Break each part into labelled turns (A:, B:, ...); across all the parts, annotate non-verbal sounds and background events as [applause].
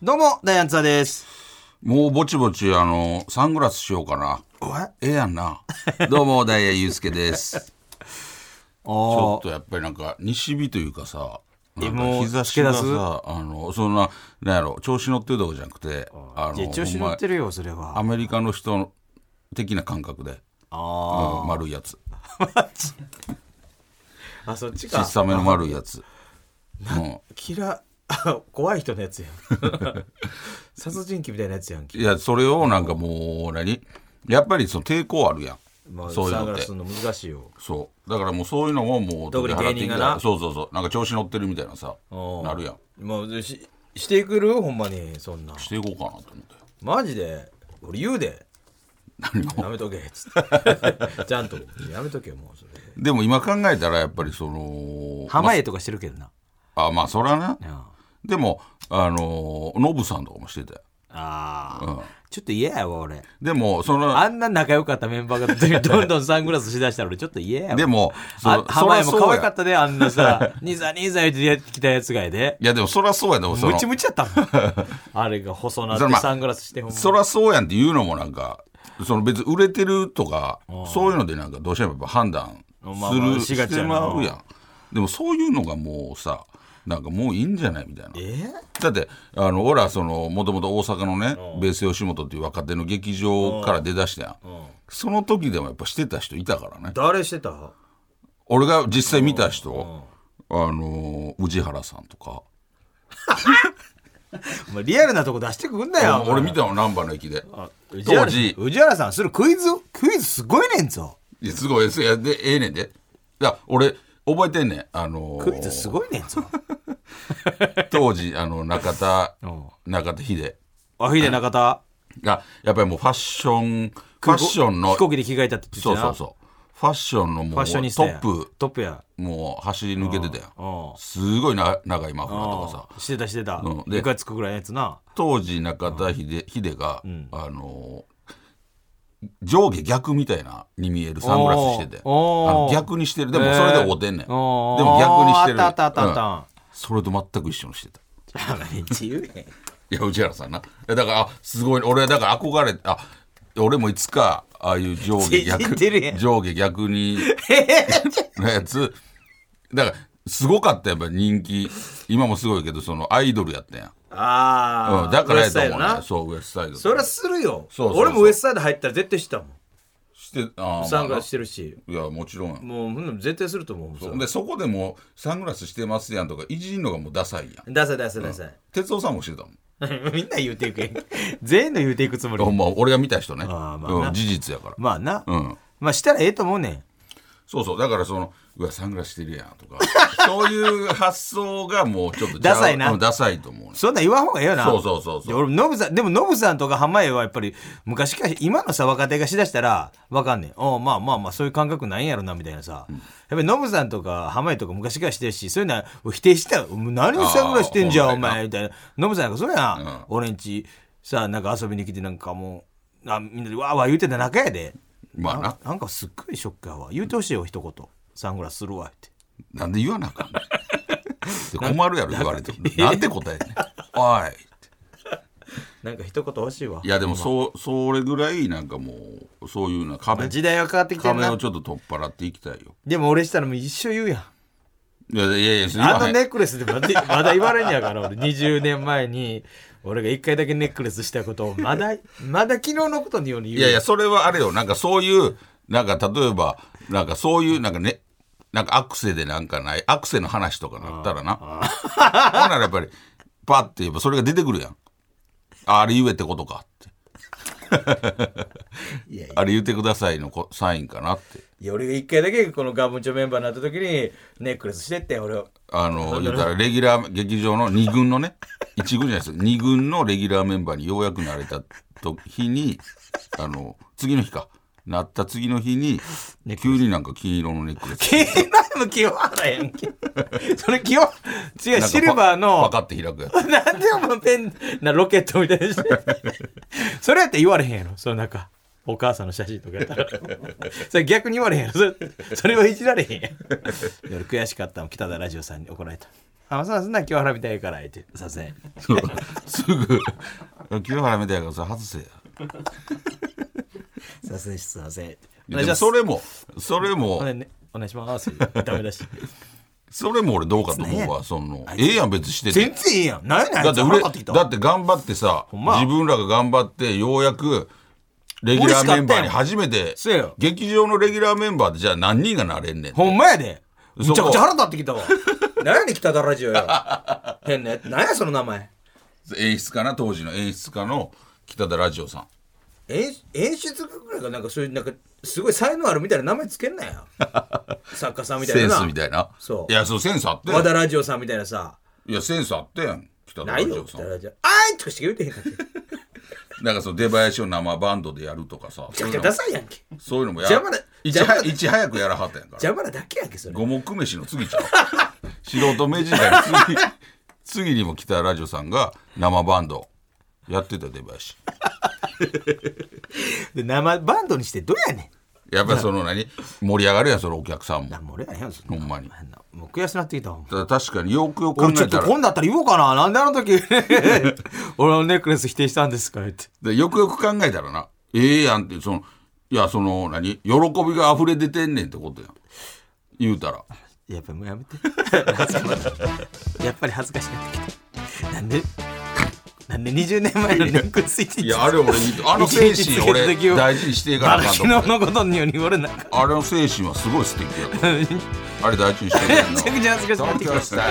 A: どうも、ダイアンツァです。
B: もうぼちぼち、あの、サングラスしようかな。ええやんな。どうも、ダイヤユースケです。
A: [laughs] あ
B: ちょっ
A: ー
B: とやっぱりなんか、西日というかさ、なんか
A: もう
B: 日差しが
A: つけ
B: さ、あの、そんな、なんやろ、調子乗ってるとかじゃなくて、あ
A: いや、
B: の、
A: 調子
B: ほん
A: 乗
B: ま
A: ってるよ、それは。
B: アメリカの人的な感覚で、
A: あ
B: うん丸いやつ。
A: あ、そっち
B: 小
A: か。
B: さめの丸いやつ。うん
A: キラ、あ怖い人のやつやん。 [laughs] 殺人鬼みたいなやつやんけ。
B: いや、それをなんかもう、何やっぱりその抵抗あるやん。
A: まあ、サ
B: そういう
A: ング
B: のっ
A: ラ
B: て
A: スするの難しいよ。
B: そう。だからもうそういうのももう、
A: 特に芸人がな
B: 取り払っていきたいそうそうそう。なんか調子乗ってるみたいなさ、
A: うん
B: なるやん。
A: もうし、してくるほんまに、そんな。
B: していこうかなと思って。
A: マジで、俺言うで。やめとけ、つって。 [laughs] ちゃんと、やめとけ、もうそれ。
B: でも今考えたらやっぱりその
A: 濱家とかしてるけどな。
B: まあまあそれはな
A: あ
B: でもあのノブさんとかもしてたよ
A: あー、ちょっと嫌やわ、俺。
B: でもその
A: あんな仲良かったメンバーがどんどんサングラスしだしたら俺ちょっと嫌やわ。
B: でもそ
A: あ
B: そ
A: 濱
B: ら
A: 家も
B: そう
A: 可愛
B: や
A: かったで、あんなさ、兄さん兄さん言ってやってきたやつがやで。
B: いやでもそらそうやでもそ
A: ム
B: の
A: チムチやったもん。 [laughs] あれが細なっ
B: それ
A: て
B: まあ
A: サングラスしてほんま
B: そらそうやんっていうのもなんかその別に売れてるとかそういうのでなんかどうしてもやっぱ判断
A: まあまあ
B: す
A: し
B: る
A: が
B: し
A: ちや
B: て
A: な
B: まうやんでもそういうのがもうさなんかもういいんじゃないみたいな
A: えー
B: だってあの俺はそのもともと大阪のねベース吉本っていう若手の劇場から出だしたやんその時でもやっぱしてた人いたからね
A: 誰してた
B: 俺が実際見た人あのー宇治原さんとか
A: お前リアルなとこ出してくんなよ。
B: 俺見たの難波の駅で
A: 宇治原
B: 当時
A: 宇治原さん、それクイズクイズすごいねんぞ。
B: いやすごいですいやでええねんでいや俺覚えてんねんあのー
A: クイズすごいねんぞ。
B: 当時あの中田
A: ん
B: 中田秀
A: あ、ひで中田。
B: がやっぱりもうファッションファッションの
A: 飛行機で着替えたって言ってた
B: そう
A: な
B: そうそうファッションのもう
A: ファ
B: ト
A: ッショニスタや
B: ップ
A: トップや。
B: もう走り抜けてた
A: うんう
B: よ
A: ん。
B: すごいな長いマフラーとかさ。
A: してたしてた。
B: うんで
A: ムカつくぐらいのやつな。
B: 当時中田秀秀が、あのー上下逆みたいなに見えるサングラスしててあ
A: おー
B: の逆にしてるでもそれで合うてんねん、で
A: おー
B: も逆にしてる
A: あったあったあったあっ
B: うんそれと全く一緒にしてた
A: た。めっちゃ言うねん。
B: いや内原さんないやだからあすごい俺はだから憧れあ俺もいつかああいう上下
A: 全然出るや
B: 逆
A: ん
B: 上下逆に
A: [laughs]
B: のやつだからすごかったやっぱ人気今もすごいけどそのアイドルやったやん、 [laughs]
A: ああ、
B: うん、だからやと
A: ウエストサイ
B: 思う
A: ド
B: ね
A: な
B: そうウエストサイド
A: そりゃするよ
B: そうそうそう
A: 俺もウエストサイド入ったら絶対してたもん
B: してあー
A: サング
B: まあ
A: ラスしてるし
B: いやもちろんや
A: もうほんなら絶対すると思う
B: そ
A: も
B: うんでそこでもうサングラスしてますやんとかいじるのがもうダサいやん
A: ダサいダサいダサい、
B: 哲夫さんもしてたもん
A: みんな言うていく
B: [laughs]
A: やん全員の言うていくつもり
B: ほんま俺が見た人ね、
A: あーまあな
B: うん事実やから、
A: まあな、
B: うん、
A: まあしたらええと思うねん
B: そうそうだからそのうわサングラスしてるやんとか [laughs] そういう発想がもうちょっとちゃう
A: ダサいな
B: うんダサいと思うね
A: そんなん言わん方がええよな
B: そうそうそうそう
A: で俺ノブさんでもノブさんとか濱家はやっぱり昔から今のさ若手がしだしたらわかんねんおうまあまあまあそういう感覚なんやろなみたいなさ、やっぱりノブさんとか濱家とか昔からしてるしそういうのは否定したよもう何サングラスしてんじゃん
B: あー
A: お前みたいなノブさんなんかそうやん、
B: うん
A: 俺んちさなんか遊びに来てなんかもうあみんなでわーわー言うてた仲やで
B: まあな
A: ななんかすっごいショックやわ言うてほしいよ一言サングラスするわって
B: なんで言わなあかん
A: [laughs]
B: ねんで困るやろ言われてもなんで答えんね
A: [laughs]
B: んおい
A: なんか一言欲しいわ
B: いやでもそうそれぐらいなんかもうそういうな壁
A: 時代が変わってきてる
B: 壁
A: な
B: をちょっと取っ払っていきたいよ
A: でも俺したらもう一生言うやん
B: いやいやいや言わへん
A: あのネックレスでまだまだ言われんやから俺20年前に俺が1回だけネックレスしたことをまだまだ昨日のことのように言う
B: いやいや、それはあれよ。なんかそういう、なんか例えば、なんかそういう、なんかね、なんかアクセでなんかない、アクセの話とかなったらな。ほんならやっぱり、パッて言えばそれが出てくるやん。ああれ言えってことかって。
A: [laughs] いやいや
B: あれ言ってくださいのこサインかなって。
A: いや俺が一回だけこのガムチョメンバーになった時にネックレスしてって俺
B: [laughs]
A: を
B: あの、言ったら、レギュラー、劇場の2軍
A: [laughs]
B: のね、1軍じゃないです2軍のレギュラーメンバーにようやくなれた時に、あの、次の日か、なった次の日に、急になんか金色のネック
A: [laughs]
B: レス。
A: 金色の清原やんけそれ清原違うシルバーの
B: 分かって開くやつ。
A: な
B: [laughs]
A: んでお前ペンなロケットみたいにしてそれやって言われへんやろその中お母さんの写真とかやった [laughs] らそれ逆に言われへんやろそれそれはいじられへんやん俺悔しかったの北田ラジオさんに怒られた「あそんなそんなん清原みたいやから」ってさせん
B: そうすぐ、清原みたいやからそれ外せや。
A: させんすいませんお願いしま
B: でも
A: す
B: それも、それ
A: お
B: も、
A: 願いねお願いしますダメだし
B: それも俺どうかと思うわ、その、ええやん別にして
A: [laughs]
B: て。
A: 全然いいやん何やねんあ
B: だ
A: い
B: っ
A: つ
B: て売
A: 腹立
B: れ
A: ってきた
B: だって頑張ってさ、
A: んま
B: 自分らが頑張ってようやくレギュラーメンバーに初めて
A: そうや
B: 劇場のレギュラーメンバーでじゃあ何人がなれんねん
A: ほんまやで。む
B: 嘘
A: ちゃくちゃ腹立ってきたわ。何やねん、北田ラジオや。変なやつ。何や、その名前。
B: 演出家な当時の演出家の北田ラジオさん
A: 演演出ぐらいがなんかそういう、なんか、すごい才能あるみたいな名前つけんな
B: [laughs]
A: よ。作家さんみた
B: セ
A: い
B: ン
A: な。
B: スみたいな
A: そう
B: やそうセンスあって
A: 和田ラジオさんみたいなさ。
B: いやセンスあってん北田
A: な
B: ラ
A: い
B: ジ
A: よ、
B: オさ
A: 北田
B: ん
A: ラジオ。あーいとかしか言うてへんかって。め
B: なんかその出囃子を生バンドでやるとかさ
A: ちゃくちゃ
B: そういうの
A: ダ
B: も
A: サいやんけ。
B: そういうのもや
A: 邪魔だ
B: いちは
A: 邪魔だ
B: いち早くやらはったやんから
A: 邪魔なだけやんけ、それ。
B: 五目飯の次ちゃう [laughs] 素人目白に次次にも来たラジオさんが生バンドやってた出囃子
A: で生バンドにしてどうやねん。
B: やっぱりその何盛り上がるやんそのお客さんも
A: なんも俺やへんよ、そ
B: ほ
A: んなん
B: まに
A: 変なもう悔しくなってきたわ。
B: ただ確かによくよく考
A: 俺ちょ
B: え
A: ったと
B: ら
A: 今だったら言おうかな。なんであの
B: [laughs]
A: 時、 [laughs] 俺のネックレス否定したんですかって。
B: でよくよく考えたらなええやんってそのいやその何喜びが溢れ出てんねんってことやん言うたら
A: やっぱりもうやめて恥ずかしいやっぱり恥ずかしくなってきたなんでなんで20年前のネックついて
B: いやあれ俺あの精神俺大事にして
A: [laughs]
B: いかなあかんと
A: 昨
B: 思
A: 日
B: う
A: のことにより俺なんか
B: あれの精神はすごい素敵やと思う
A: めち
B: あれ大事にしていかなあ
A: ゃ [laughs]
B: か
A: く
B: ん
A: ちゃ恥ずかしくなってきま
B: 東
A: し [laughs]
B: 京
A: た
B: さ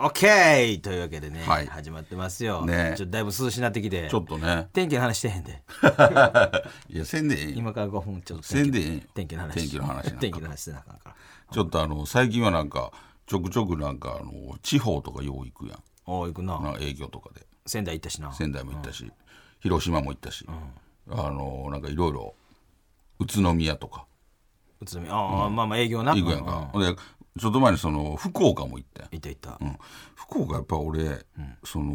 A: OK というわけでね、
B: はい
A: 始まってますよ、
B: ね
A: ちょっとだいぶ涼しになってきて
B: ちょっとね
A: 天気の話してへんで
B: いやせんでええよ
A: 今から5分ちょっと
B: せんでええよ
A: 天気の話
B: 天気の話なんか
A: 天気の話してなあかんから
B: ちょっとあの最近はなんかちょくちょくなんかあの地方とかよう行くやん
A: おお行くな
B: な営業とかで
A: 仙台行ったしな
B: 仙台も行ったし、広島も行ったし、あのなんかいろいろ宇都宮とか
A: 宇都宮ああ、まあまあ営業な
B: 行くやん
A: うん
B: か、ほんでちょっと前にその福岡も行ったやん
A: 行った行った、
B: うん、福岡やっぱ俺、その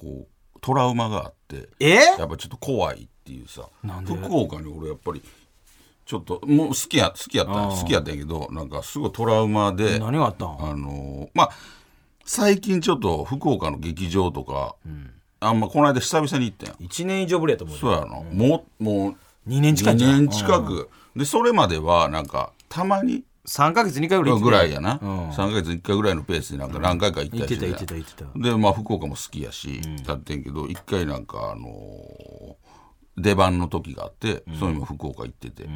B: こうトラウマがあって
A: え
B: やっぱちょっと怖いっていうさ
A: なんで
B: 福岡に俺やっぱりちょっともう好きや好きやった好きやったんやけどなんかすごいトラウマで
A: 何があったん
B: あのーまあ最近ちょっと福岡の劇場とか、あんまこの間久々に行ったやん
A: 1年以上ぶりやと思うよ
B: そうやの、もうもう
A: 2年近いんじゃ
B: 2
A: ない
B: 年近く、でそれまではなんかたまに
A: 3ヶ月2回ぐらい行ってた
B: ぐらいやな、
A: うん
B: 3か月1回ぐらいのペースでなんか何回か行った
A: 行っ
B: り
A: て
B: し
A: 行
B: たてや
A: って
B: ん
A: た行ってた
B: でまあ福岡も好きやし、だってんけど一回なんかあのー出番の時があって、そういうの福岡行ってて、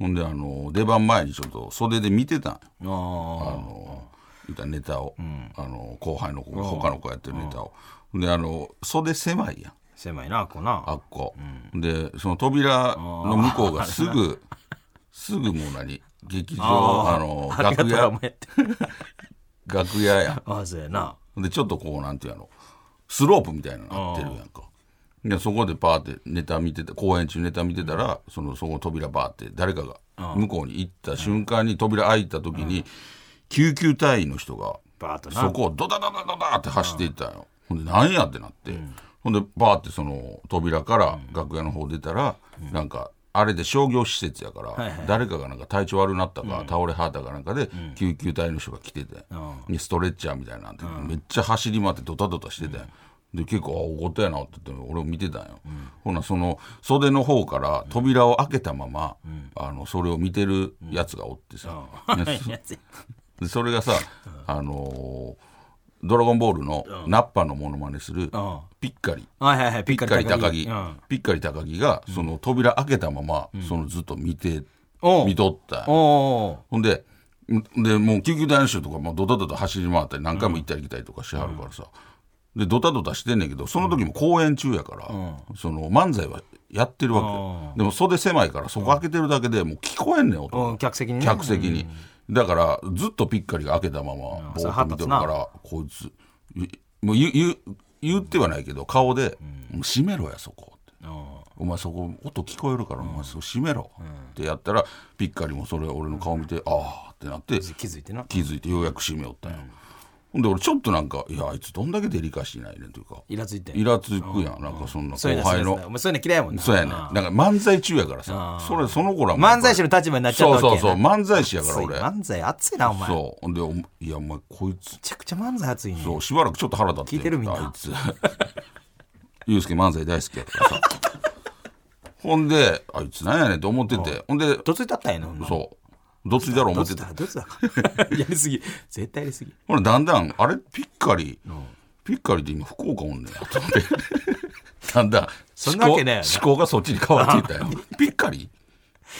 B: ほんであのー出番前にちょっと袖で見てたんよあ
A: あ
B: の言ったらネタを、あの後輩の子が他の子やってるネタを、であの袖狭いやん
A: あ狭いなこうな
B: あっこ、でその扉の向こうがすぐすぐもう何劇場あの
A: ありがと
B: 楽
A: う
B: 屋
A: もやって
B: 楽屋や
A: ああそうやな
B: でちょっとこうなんていうのスロープみたいなのなってるやんかでそこでパーってネタ見てた公演中ネタ見てたら、そのそこの扉バーって誰かが向こうに行った瞬間に扉開いた時に、救急隊員の人が
A: バーッとな
B: そこをドダドダドダって走っていったよ、ほんでなんやってなって、ほんでバーってその扉から楽屋の方出たら、なんかあれで商業施設やから、誰かがなんか体調悪なったか、倒れはったかなんかで、救急隊の人が来てて、でストレッチャーみたいなんて、めっちゃ走り回ってドタドタしてて、で結構あ怒ったやなって言って俺を見てたんよ、ほなその袖の方から扉を開けたまま、あのそれを見てるやつがおってさ、でそ
A: [laughs] やつや
B: でそれがさ、あのードラゴンボール」のナッパのモノマネするピッカリ、
A: はいはいはいピッ
B: ピ
A: カ
B: ッカ
A: リ
B: リ高木、
A: うん
B: ピッカリ高木がその扉開けたまま、そのずっと見て、
A: おう
B: 見とった
A: おうおう
B: ほんでんでもう救急隊の人とかもドドドド走り回ったり何回も行ったり来たりとかしはるからさ、でドタドタしてんねんけどその時も公演中やから、その漫才はやってるわけよ、でも袖狭いからそこ開けてるだけでもう聞こえんねん音が、
A: うん客席にね
B: 客席に、だからずっとピッカリが開けたままぼ
A: それ
B: ー
A: 腹
B: っと見て
A: 立つ
B: る
A: な
B: からこいついもう言う言う言ってはないけど顔で「もう閉めろやそこ」って。お前そこ音聞こえるからお前そこ閉めろってやったらピッカリもそれ俺の顔見てああってなって
A: 気づいてな
B: 気づいてようやく閉めよったんや、ほんで俺ちょっとなんか「いやあいつどんだけデリカシーないねん」というか
A: イラついて
B: イラつくやん、なんかそんな
A: そういう
B: 後
A: の
B: 輩の
A: そういうのそういうの嫌いやもんな
B: そうやねんなんか漫才中やからさそれその子らも
A: 漫才師の立場になっちゃったわけや
B: そ
A: な
B: うそうそう漫才師やから
A: 熱い
B: 俺
A: 漫才熱いなお前め
B: そうほんでお「いやお前こいつ
A: ちゃくちゃ漫才熱いね
B: そうしばらくちょっと腹立って
A: 聞いてるみんな
B: あいつ [laughs] ゆうすけ漫才大好きやからさ
A: [laughs]
B: ほんであいつなんやねんと思っててほんで
A: どついたったんやなほんま
B: そうどついだろう思
A: ど
B: っ
A: つ
B: て
A: い
B: て
A: たどつだ [laughs] やりすぎ絶対やりすぎ
B: ほらだんだんあれピッカリ、ピッカリで今福岡おんねんと思ってだんだん
A: そん
B: 思
A: なわ
B: 考
A: けねえ
B: 思考がそっちに変わっていったよピッカリ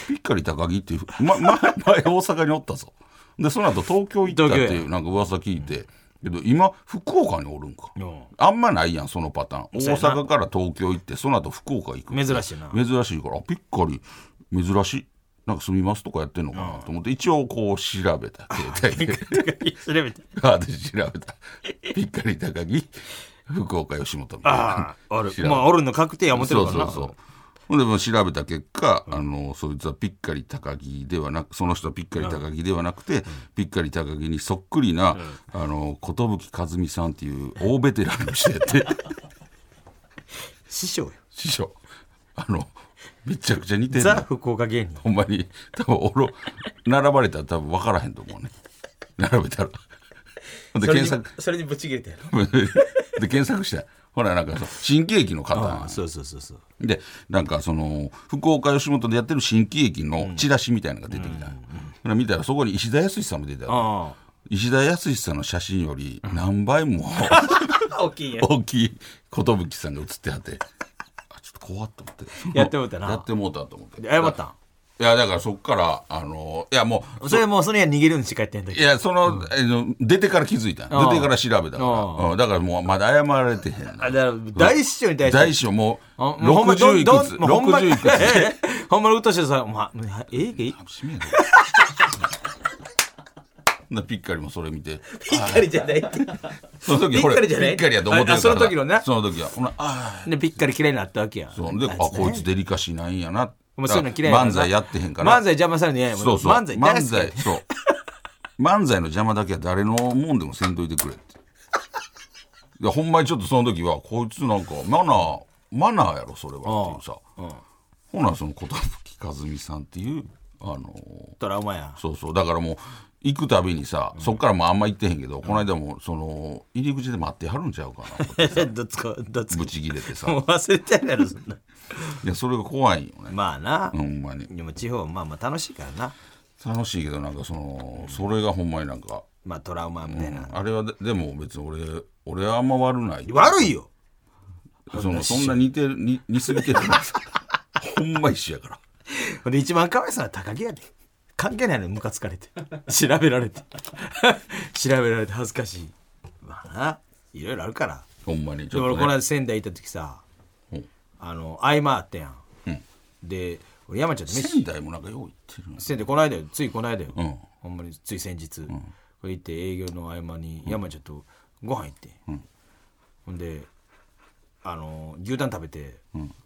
B: ピッカリ高木っていう、ま、前前大阪におったぞでその後東京行ったって
A: 東
B: い
A: 京
B: うなんか噂聞いて、けど今福岡におるんか、
A: うん
B: あんまないやんそのパターン
A: そう
B: 大
A: やな
B: 阪から東京行ってその後福岡行く
A: 珍しいな
B: 珍しいからあピッカリ珍しいなんか住みますとかやってんのかなと思って、一応こう調べた携帯で
A: 調べて
B: カード調べた。ピッカリ高木、福岡吉本みたい
A: あ
B: な。
A: あある
B: 知らん
A: まあおるの確定や思って
B: そ
A: る
B: う
A: からな
B: そうそう。ほんでもう調べた結果、あのそいつはピッカリ高木ではなくその人はピッカリ高木ではなくて、ピッカリ高木にそっくりな、あの寿和美さんっていう大ベテランの人や
A: [laughs]
B: って。
A: 師匠よ
B: 師匠あのめちゃくちゃ似てる
A: ザ福岡芸人
B: ほんまに多分おろ並ばれたら多分分からへんと思うね並べたらほんで検索
A: それにぶち切れたやろ
B: で検索してほらなんかそう新喜劇の
A: あ
B: 方
A: あそうそうそうそう
B: でなんかその福岡吉本でやってる新喜劇のチラシみたいなのが出てきた、ほら見たらそこに石田康さんも出てたよ
A: あ
B: 石田康さんの写真より何
A: [laughs]
B: 倍も
A: あ大きいんや
B: 大きい寿さんが写ってはってあちょっと怖っと思って
A: やってもうたな
B: やってもうたと思って
A: で謝ったん
B: いやだからそっからあのいやもう
A: それもうそれには逃げるんしか言ってんだ
B: い
A: け
B: や、その、あの出てから気づいたん
A: ああ
B: 出てから調べたから。
A: あ
B: うんだからもう、まだ謝られてへんな。
A: あだから大師匠に対して
B: 大師匠もう、
A: あもうほんま
B: 60いく
A: どん
B: つ、
A: どんもうほんま [laughs]
B: 60いくつ。
A: ほんまのうっとうしいさ、まあ、ええええ
B: 閉めろなピッカリもそれ見て、
A: ピッカリじゃないって。
B: その時ほら、
A: ピッカリ
B: ピ
A: じゃない
B: ッカリやと思ってるから。
A: あその時のね
B: その時は。ほな、あ
A: [laughs] で、ピッカリ嫌いになったわけや。
B: あ、そう。で、あ、こいつデリカシーないんやな。
A: もうそういうの嫌いやからな
B: 漫才やってへんから。
A: 漫才邪魔されるの嫌やもん
B: そうそう。
A: 漫才大好
B: 漫
A: き
B: 才、そう。漫才の邪魔だけは誰のもんでもせんといてくれって。いや、ほんまにちょっとその時は、こいつなんか、マナー、マナーやろ、それはっていうさ。ほな、その、寿和美さんっていう、あのー
A: トラウマ
B: [laughs]
A: や。
B: そうそうだからもう行くたびにさ、そっからもうあんま行ってへんけど、この間もその入り口で待ってはるんちゃうか
A: [laughs]
B: な
A: どっちか、どっちか
B: ブ。チ切れてさ
A: もう忘れちゃうやろ、そんな。
B: いやそれが怖いよね、
A: まあな。
B: ほんまに
A: でも地方、まあまあ楽しいからな。
B: 楽しいけどなんかそのそれがほんまになんか、
A: まあトラウマみたいな。
B: あれはででも別に俺俺はあんま悪ない
A: 悪いよ
B: そのそんな似てる似似すぎてるからさほんま一緒やから
A: ほんで、一番かわいそうな高木やで。関係ないのにムカつかれて。調べられて。 [laughs] 調べられて恥ずかしい。まあな。いろいろあるから。
B: ほんまにち
A: でも
B: ょ
A: 俺
B: っ、
A: ことの
B: ね、
A: 間仙台行った時さ、
B: うん
A: あの合間あったやん、で俺山ちゃんと飯
B: 仙台もなんかよう行ってるな
A: 仙台この間よついこの間よ、
B: うん
A: ほんまについ先日、これ行って営業の合間に山ちゃんとご飯行って、ほんであの牛タン食べて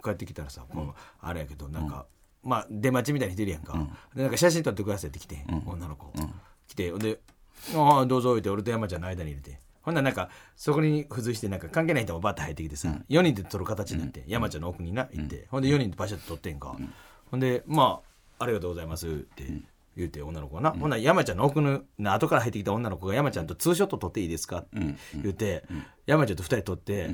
A: 帰ってきたらさ、もうあれやけどなんか、まあ出待ちみたいにしてるやんか、でなんか写真撮ってくださいって来て、女の子、来てほんで「ああどうぞ」言って俺と山ちゃんの間に入れてほんならなんかそこに付随してなんか関係ない人もバッて入ってきてさ、4人で撮る形になって、山ちゃんの奥にな行って、ほんで4人でパシャッと撮ってんか、ほんでまあ「ありがとうございます」って。言うて女の子がな、ほんなら山ちゃんの奥のな後から入ってきた女の子が山ちゃんとツーショット撮っていいですかって言って、山ちゃんと2人撮って、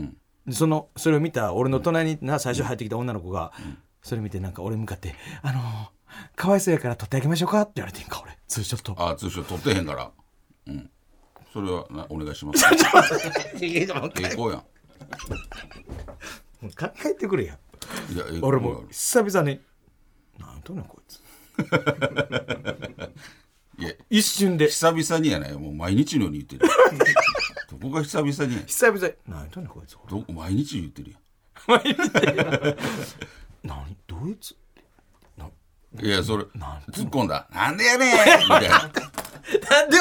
A: でそのそれを見た俺の隣にな最初入ってきた女の子が、それ見てなんか俺向かって「あのー、かわいそうやから撮ってあげましょうか」って言われてんか俺ツーショット
B: あ通称取ってへんからうんそれはなお願いしますええ子
A: もう
B: やん
A: 考えてくれや
B: いやええ子
A: 俺
B: や
A: も
B: ろ
A: 久々に「なんとねんこ [laughs] いつ
B: いや」
A: 一瞬で
B: 久々にやないもう毎日のように言ってるそこが久々に
A: 久々に何言ったねんこいつ
B: ど毎日言ってるや
A: 何どい [laughs] つ
B: んいやそれ
A: なん
B: 突っ込んだなんでやねんみたいな
A: なんで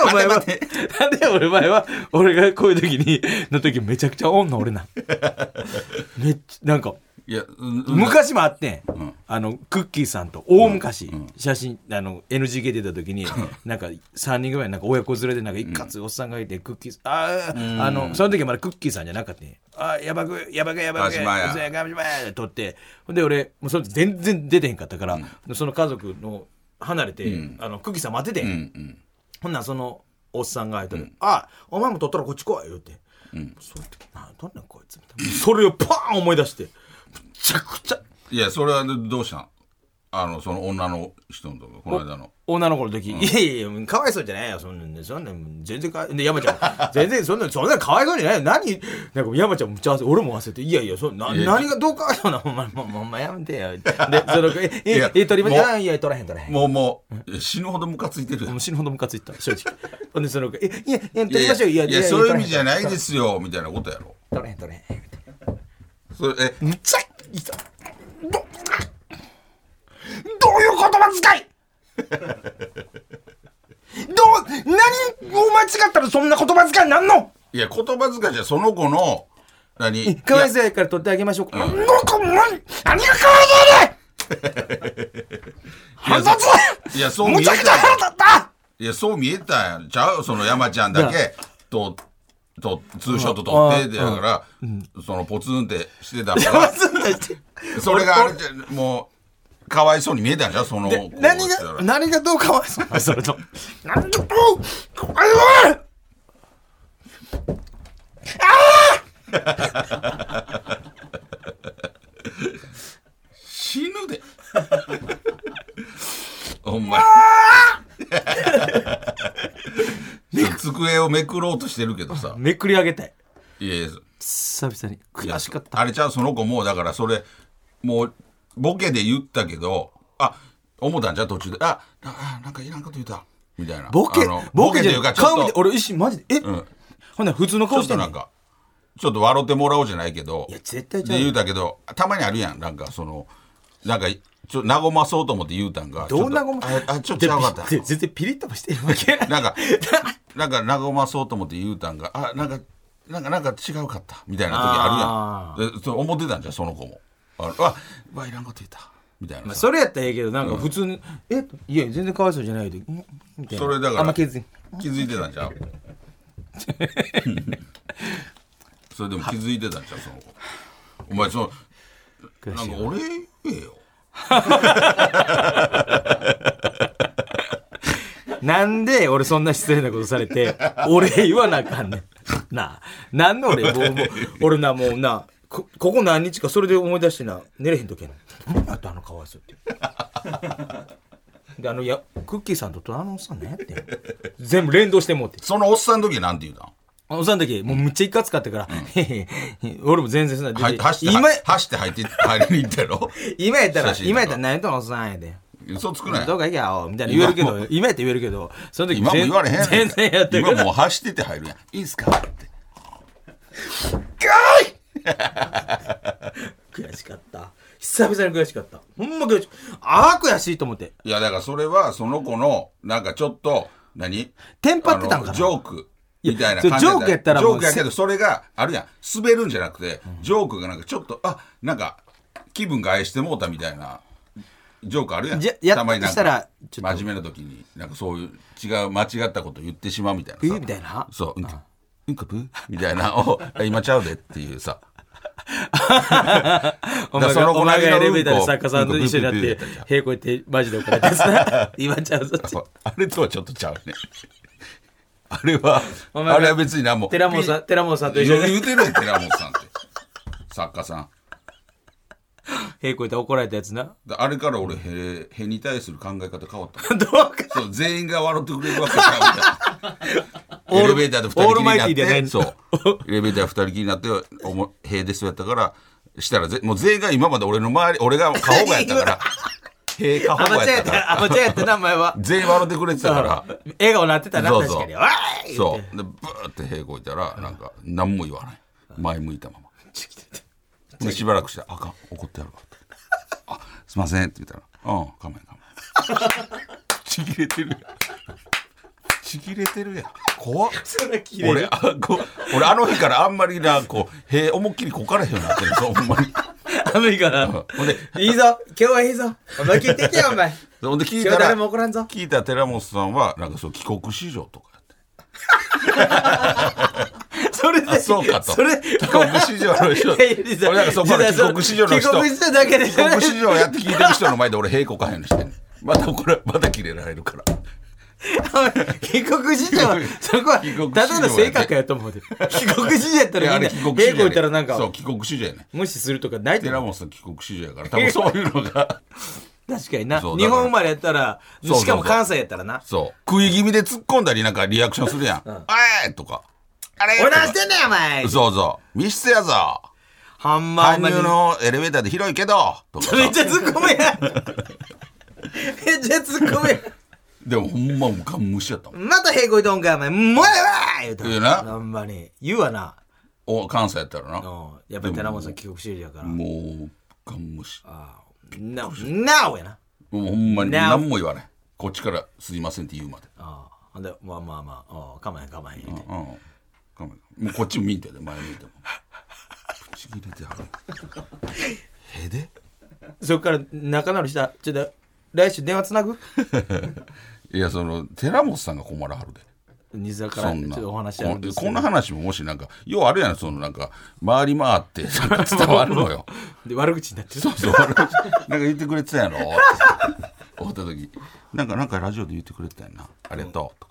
A: お前は
B: 待て
A: なんで俺前は俺がこういう時にの時めちゃくちゃおんの俺なめっちゃなんか
B: いや、うんうん
A: 昔もあってん、
B: ん
A: あのクッキーさんと大昔、写真あの NGK 出た時
B: [laughs]
A: になんか3人ぐらいなんか親子連れでなんか一括おっさんがいてクッキーさんあーあのその時まだクッキーさんじゃなかったねあーやばくやばくやばく
B: 川島や
A: うそやガム島やで撮ってほんで俺もうそれ全然出てへんかったから、その家族の離れて、あのクッキーさん待っててん、
B: うん
A: ほんならそのおっさんが相手に「あお前も取ったらこっち来い」言うて、その時「何取んねんこいつ」みたいなそれをパーン思い出してむちゃくちゃ
B: いやそれはどうしたんあのその女の人のとここの間の
A: 女の子の時、いやいやいや、かわいそうじゃないよ、そんなんね、そんなん、全然かわい、で、山ちゃ [laughs] ん、全然、そんなん、そんなんかわいそうじゃないよ、何、なんか山ちゃんもちゃわせ、俺も忘れて、いやいや、そんな、
B: いや
A: 何がどうかわいそうな、ほんま、ほんま、ほんまやめてよ。で、その、え、
B: [laughs] い
A: え
B: や、
A: え、取りまし
B: もう
A: た、あいや、取らへん、取らへん。も
B: もうもう死ぬほどムカついてるやん
A: う死ぬほどムカついた、正直。ほんで、その、え、いや、いや、取りましょう、いや、
B: いやそういう意味じゃ
A: いや。
B: ないですよみたいなことやろ
A: 取らへん、取らへん取らへん。
B: それえ
A: むちゃいさどどういう言葉遣いどう何を間違ったらそんな言葉遣いになんの
B: いや言葉遣いじゃその子の何
A: かわい
B: い
A: そうやから取ってあげましょうか、
B: うん
A: なんかもう何がかわいそうやねん
B: やい
A: 腹
B: や
A: 立
B: いや
A: つ
B: そう見
A: む
B: え
A: ちゃ
B: た
A: くちゃ腹立った
B: いやそう見えたんやちゃうその山ちゃんだけととツーショット撮ってってだから、そのポツンってしてたから
A: 腹立った
B: それがあれじゃもうかわいそうに見えたんじゃうその
A: で
B: 子
A: 何
B: したら
A: が何がどうかわいそうなのそれと何がどうかわいそうな
B: 死ぬ [laughs] でほんま [laughs] に机をめくろうとしてるけどさ
A: のめくり上げたい
B: いやいや
A: 久々に
B: いや
A: 悔しかった
B: あれちゃうその子もうだからそれもうボケで言ったけどあ思ったんじゃう途中であなあなんかいらんこと言ったみたいな
A: ボケ
B: あの、
A: ボケ
B: と
A: じ
B: い
A: ゃ。
B: うんかちょ
A: 顔見、
B: ってと
A: 俺一瞬マジで、え、
B: ん
A: ほんなら普通の
B: ちょ
A: 顔
B: っ
A: して
B: と
A: んね
B: なんんかちょっと笑ってもらおうじゃないけど
A: いや、絶対ちゃ
B: で
A: う
B: 言
A: よ
B: う。たけどたまにあるやんなんかそのなんかちょ和まそうと思って言うたんが
A: どんな
B: ちょ
A: ご
B: っ
A: ま
B: とああちょっとちゃうかった
A: でで全然ピリッとも
B: [laughs]
A: してるわけ。
B: なんかなんか和まそうと思って言うたんがあなんかなんかなんか違うかったみたいな時あるやんでそう思ってたんじゃんその子もああわいらんこと言ったみたいなさ
A: それやったらええけど、なんか普通に、え、いや、全然かわいそうじゃないで、うんみたいな
B: それだから
A: あんま気づい
B: 気づいてたんじゃ
A: [laughs]
B: んそれでも気づいてたんじゃんその子お前その
A: 悔
B: な
A: し
B: ん
A: い
B: か
A: わ
B: 俺言えよ
A: なんで俺そんな失礼なことされて、俺言わなあかんねん。なあ、なんで俺、もう、もう俺な、もうな、こここ何日かそれで思い出してな、寝れへんときやな。何やったあのかわいそうって。で、あの、いや、クッキーさんと隣のおっさん何やってん全部連動してもうて。
B: そのおっさんの時なんて言うたん
A: おっさんの時、もうむっちゃいかつかったから、へへへ俺も全然そんな。で
B: はい走って
A: 今、
B: 走って入って入りに行ったやろ
A: [laughs] 今やったら
B: 写、真と
A: 今
B: か
A: やったら何やったのおっさんやで。
B: 嘘つくない
A: どうか行けよ、みたいな言えるけ
B: 今
A: ど、今やって言えるけど、その時
B: 今も言われへんやん
A: 全然やってるから
B: 今もう走ってて入るやんいいっすかって
A: 悔しかった久々に悔しかったほんま悔しいああ悔しいと思って
B: いやだからそれはその子のなんかちょっと何
A: テンパってたんかな
B: あのジョークみたいない
A: や
B: 感じ
A: それジョークやったら
B: ジ
A: もう
B: ョークやけどそれがあるやん滑るんじゃなくてジョークがなんかちょっとあなんか気分が愛してもうたみたいなジョークあるやん
A: じゃやった
B: まになん
A: し
B: か
A: たらちょっと
B: 真面目な時になんかそういう違う間違ったこと言ってしまうみたいな
A: え
B: さ
A: みたいな
B: そううんかうんかぶみたいなをあ今ちゃうでっていうさ
A: お前
B: だから
A: が
B: その
A: お前がエ
B: 同じの
A: レベーターで作家さんと一緒になっ
B: うん
A: て
B: こうブーブーブーブーやっ
A: 平行ってマジで怒られて
B: [laughs]
A: さ今ちゃうぞって
B: そうあれとはちょっとちゃうね。あれは、
A: お前が
B: あれは別に何も。
A: 寺本さん寺本さんと
B: ピ
A: 一緒に
B: 言うてるやん、寺本さんって。作家さん。
A: 平行って怒られたやつな
B: だあれから俺、へ、へに対する考え方変わった。
A: どうか
B: そう、全員が笑ってくれるわけちゃうエレベーターで二
A: [laughs] オール
B: 人きりに
A: マイ
B: な
A: ティー
B: っ
A: でね
B: て、そう。エレベーターで二人きりになって、おも、
A: [laughs]
B: へですやったから、したらぜ、もう全員が今まで俺の周り、俺が過保護やったから、へえ、カ
A: ア
B: ホ
A: マ
B: や
A: チュアや
B: っ
A: ったた
B: から
A: なアマチュアやったなお前は
B: 全員笑ってくれてたから。
A: 笑顔なってたな
B: そう
A: 確
B: そう
A: かにわーい
B: そう。で、ブーって平行いたら、なんか、何も言わない。前向いたまま。で、しばらくして、あかん、怒ってやるわ [laughs] って。あ、すいませんって言ったら、うん、かまへんかまへん。ちぎれてるやん。ちぎれてるやん。怖っ。
A: そら綺麗
B: 俺あこ俺あの日からあんまりなこうへえ思いっきりこからへんようになってる [laughs] そうほんまに
A: 寒いから
B: ほんで
A: いいぞ今日はいいぞお前聞いてきよお前
B: ほんで聞い
A: 今
B: た
A: 日
B: ら
A: 誰も怒らんぞ
B: 聞いた寺本さんはなんかそう帰国子女とかやって
A: それ
B: あ
A: で
B: そうかと
A: それ
B: 帰国子女の [laughs] 人
A: いやいや
B: 俺なんかそこから帰国子女の人
A: 帰国子女だけで
B: 帰国子
A: [laughs]
B: 女やって聞いてる人の前で俺平行かへんようにしてんねんまたこれまた切れられるから
A: 帰国子女はそこは
B: [laughs] 帰国子女やで
A: ただの性格やと思うで
B: [laughs]
A: 帰国子女やった
B: いや
A: ら
B: あ
A: みんな
B: れ帰国子女
A: 英
B: やね
A: 語いたらなん
B: そう
A: か
B: 帰国子女やねん
A: 無視するとかないと
B: 寺
A: 思う
B: 本さん帰国子女やから多分そういうのが [laughs]
A: 確かにな日
B: そう
A: 本
B: だから
A: 生まれやったら
B: そうそうそう
A: しかも関西やったらな
B: そう食い気味で突っ込んだりなんかリアクションするやん「あえ!」とか「あれ!」
A: 俺何してんねんお前
B: そうそう密室やぞ
A: ハンマー
B: 搬入のエレベーターで広いけどと
A: [laughs]
B: かさ
A: めっちゃ突っ込む
B: [laughs]
A: やんめっちゃ突っ込むやん
B: でもほんまガン無視やったもん
A: またへこいとんかいお前もうやばい言うた
B: 言うな
A: ほんまに言うわな
B: お関西やったらな
A: うんやっぱり寺本さん帰国子女やから
B: もうガン無視
A: ななおやな
B: もうほんまに
A: Now
B: 何も言わないこっちから「すいません」って言うまで
A: ああほんでまあまあまあああ構えん構えん言うて
B: うんガン無視もうこっちも見んてやで前見てもぶち切れてはるへで
A: そっから仲直りしたちょっと来週電話つな
B: [laughs]
A: ぐ
B: いやその寺本さんが困らはるで
A: 西田から
B: そ
A: ち
B: ん
A: ょっ
B: な
A: とお話あ
B: こ
A: るんですけ
B: こ
A: ど
B: んな話ももしなんかようあるやんそのなんか回り回ってなんか伝わるのよ
A: で悪口になってる
B: [laughs] そうそう。なんか言ってくれてたやろってさ終わった時。なんか、なんかラジオで言ってくれてたやんな。ありがとう。と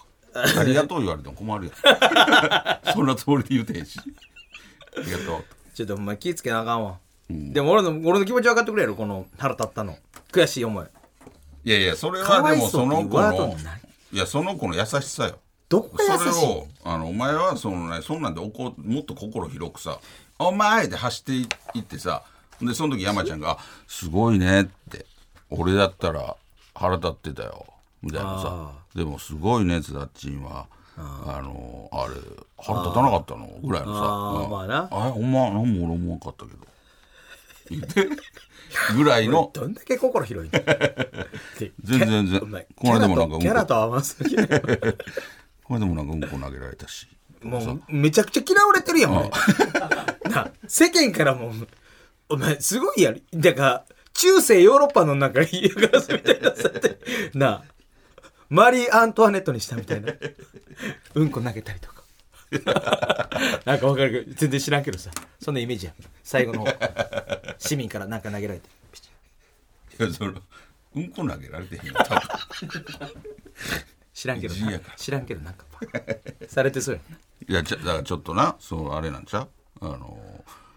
B: か。ありがとう言われても困るや [laughs] ん。そんなつもりで言うてへんし。ありがとうとか。
A: ちょっとお前気ぃつけなあかんわ、でも俺の俺の気持ち分かってくれるこの腹立ったの悔しい思い
B: いやいや、それ
A: か
B: は
A: わ
B: で
A: い
B: も
A: そう
B: そ
A: って
B: の
A: いう
B: 子
A: ワード
B: の
A: もない、
B: いや、その子の優しさよ。
A: どこが優
B: そ
A: し
B: れ
A: い
B: を、あの、お前はそのね、そんなんで怒もっと心広くさ、お前で走っていってさ、で、その時山ちゃんが、あすごいねって、俺だったら腹立ってたよ、みたいなさ、でもすごいね、つだっちんは、あの、あれ、腹立たなかったのぐらいの
A: あー、
B: さ
A: まあな
B: あれ、お前、なんも俺思わんかったけど。言ってぐらい
A: [laughs]
B: の、
A: どんだけ心広い
B: [laughs]
A: の
B: 全然全
A: お前
B: 然、
A: キャ
B: これで
A: ラ
B: もなん
A: と
B: か、
A: キャラ
B: こと
A: 合わせ
B: れでもなんか、うんこ投げられたし。
A: もうめちゃくちゃ嫌われてるやん俺 [laughs] な世間からもお前すごいやりだから中世ヨーロッパのなんか嫌がらせみたいなさ
B: [laughs]
A: ってなあマリー・アントワネットにしたみたいなうんこ投げたりと
B: [laughs]
A: かなんかわかるけど全然知らんけどさそんなイメージや最後の方市民からなんか投げられて
B: いやそのうんこ投げられてへんよ多分
A: 知らんけど
B: 偉人
A: な
B: やから
A: 知らんけどなんかパッされてそうやない
B: やちゃだからちょっとなそうあれなんちゃうあの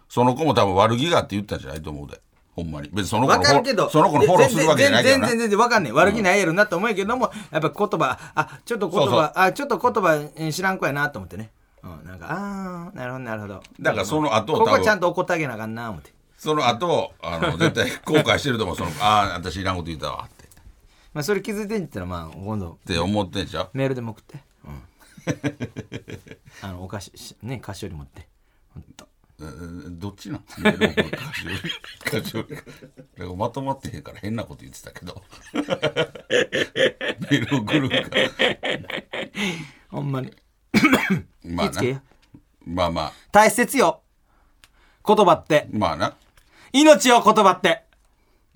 B: その子も多分悪気があって言ったんじゃないと思うでほんまに別にその子
A: わ
B: の
A: か
B: フ
A: る
B: ォ
A: け
B: ロ
A: ど。
B: ーその子のフォローするわけじゃないけど
A: 全
B: な
A: 然全然全然わかんない。悪気ないやろなと思うけども、やっぱ言葉、あ、ちょっと言葉、
B: そうそう
A: あ、ちょっと言葉えー知らん子やなと思ってね。うん、なんか、あー、なるほど、なるほど。
B: だからその後
A: ここ
B: 多
A: は
B: 分
A: ちゃんと怒ってあげなあかんな思って。
B: その後あの絶対後悔してると思うそのああ私いらんこと言ったわってっ
A: まあ、それ気づいてんやったら、まあ、今度、
B: て思ってんじゃう
A: メールでも送って。うん。 [laughs] あの、お菓子、しね、菓子より持って。ほんと。
B: えーどっちなんメール送るかしょりかしょりなんかまとまってへんから変なこと言ってた
A: [laughs]
B: けどメール送るか
A: ほんまに。
B: まあ
A: 気付けよ
B: なまあまあ
A: 大切よ。言葉って。
B: まあな
A: 命よ、言葉って。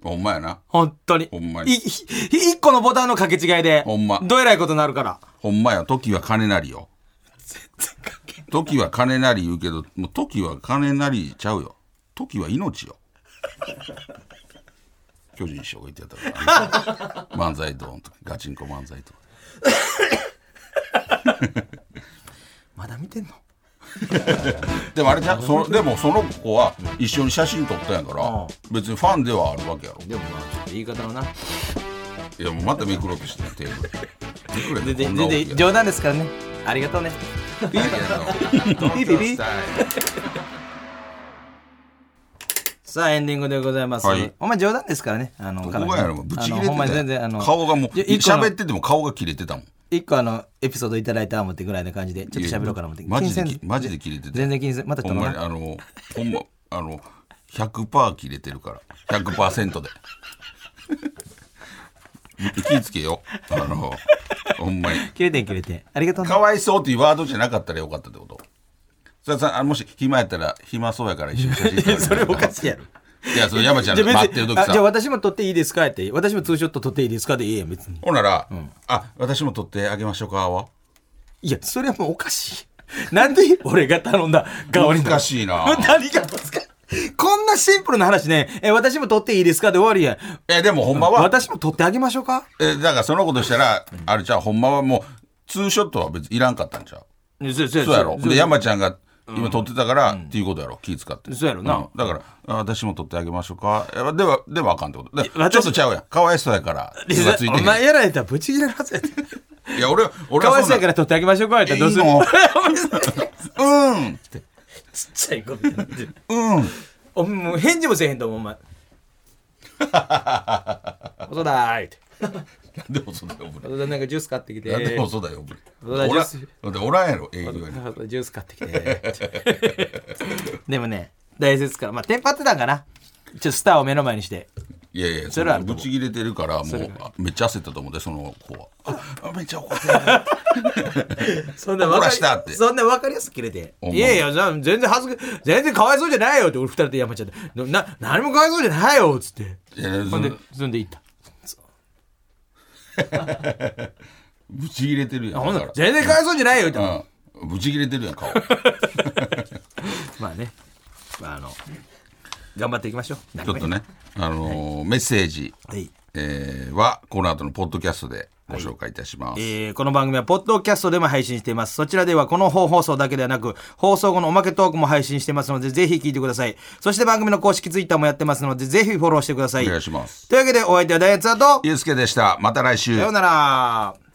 B: ほんまやな
A: 本当に。
B: ほんまに
A: いひひ一個のボタンの掛け違いで、
B: ほんま
A: どえらいことになるから。
B: ほんまや、時は金なりよ。時は金なり言うけど、もう時は金なりちゃうよ。時は命よ。 [laughs] 巨人師匠が言ってやったから、漫才ドーンとか、ガチンコ漫才とか。
A: まだ見てんの
B: でもあれじゃうそのでもその子は一緒に写真撮ったんやから、別にファンではあるわけやろ。
A: でもまあちょっと言い方のない
B: や、もうまためくろうとしてるテーブル。めくれ
A: 全然
B: てこん
A: 全
B: な大きい
A: 然冗談ですからねありがとうね
B: やつ。
A: ビビビ
B: 東京スタイル
A: さあエンディングでございます、
B: はい
A: お前冗談ですからねあの
B: どこがやろぶち切れ
A: あのほんまに全
B: て
A: 然
B: た
A: あ
B: よ
A: の
B: 顔がもう
A: いや一個の
B: 喋ってても顔が切れてたもん
A: 一個あのエピソードいただいた思ってぐらいな感じでちょっと喋ろうかな思って
B: マジ
A: 気に
B: で
A: せん
B: きマジで切れてた
A: 全然気にせんまた
B: ほ
A: 頼
B: ん
A: む
B: まにあのほんまあの100%切れてるから100%で [laughs] 気ぃつけよあのほんまに
A: 切れてん切れてんありがとう
B: か
A: な
B: わいそうっていうワードじゃなかったらよかったってことそれさあもし暇やったら暇そうやから一緒に写真撮
A: [laughs] [laughs]
B: る
A: それおかしいやろ
B: いやそれ山ちゃん
A: じゃ
B: の
A: あ別に
B: 待ってる時
A: あじゃあ
B: さ
A: 私も撮っていいですかって私もツーショット撮っていいですかでいいやん別に
B: ほんなら、あ私も撮ってあげましょうかはい
A: やそれはもうおかしいなんで俺が頼んだ顔に
B: 難しいな
A: 何が難しいこんなシンプルな話ねえ私も撮っていいですかで終わりやん
B: えでもほんまは
A: 私も撮ってあげましょうか
B: えだからそのことしたら、あれじゃあほんまはもうツーショットは別にいらんかったんちゃう
A: そうそ
B: そうやろで山ちゃんが今撮ってたから、っていうことやろ気使って
A: そうやろなん
B: だからあ私も撮ってあげましょうかえではではあかんってことでちょっ
A: 私
B: とちゃうやんかわいそうやから気がついて
A: お
B: へん
A: 前やられたらブチ切れるはずやで
B: いや俺は俺
A: か
B: は
A: わい
B: そん
A: そう
B: な
A: やから撮ってあげましょうかってどうする
B: い
A: [laughs]
B: いの
A: うんってちっちゃい子みたいになってる
B: うん
A: お前もう返事もせえへんと思うお
B: [laughs]
A: 前細だーいって
B: でもそうだよ俺
A: 細田なんかジュース買ってきて
B: なんでもそうだよ俺
A: そうだ
B: お
A: ジュ
B: ら
A: ース
B: だっておらんやろ営業に
A: 細田ジュース買ってきて [laughs] でもね大切からまあテンパってたんかなちょっとスターを目の前にして
B: いやいや
A: そ
B: そ
A: れは
B: れぶち切れてるからもうあめっちゃ焦ったと思うでその子
A: [laughs]
B: はああめっちゃ怒ってる
A: そんなわか
B: 怒らしたって
A: そんな分かりやすく切れて。
B: ほんま
A: いやいや、じゃあ全然恥ずか、全然かわいそうじゃないよって、俺二人で山ちゃんで、な、何もかわいそうじゃないよっつって。
B: いや
A: ほ
B: そ
A: んで
B: の、
A: そんで行った。
B: ぶち切れてるやん
A: ほんなら
B: だか
A: 全然かわいそうじゃないよって。
B: らうんぶち切れてるやん顔ち
A: まあね。まああの、頑張っていきましょう。
B: ょっとねあのーメッセージ
A: はい。
B: えーはこの後のポッドキャストでご紹介いたします、
A: えーこの番組はポッドキャストでも配信しています。そちらではこの本放送だけではなく、放送後のおまけトークも配信してますので、ぜひ聞いてください。そして番組の公式ツイッターもやってますので、ぜひフォローしてください。
B: お願いします
A: というわけで、お相手はダイエッツアート、
B: ゆうすけでしたまた来週
A: さようなら。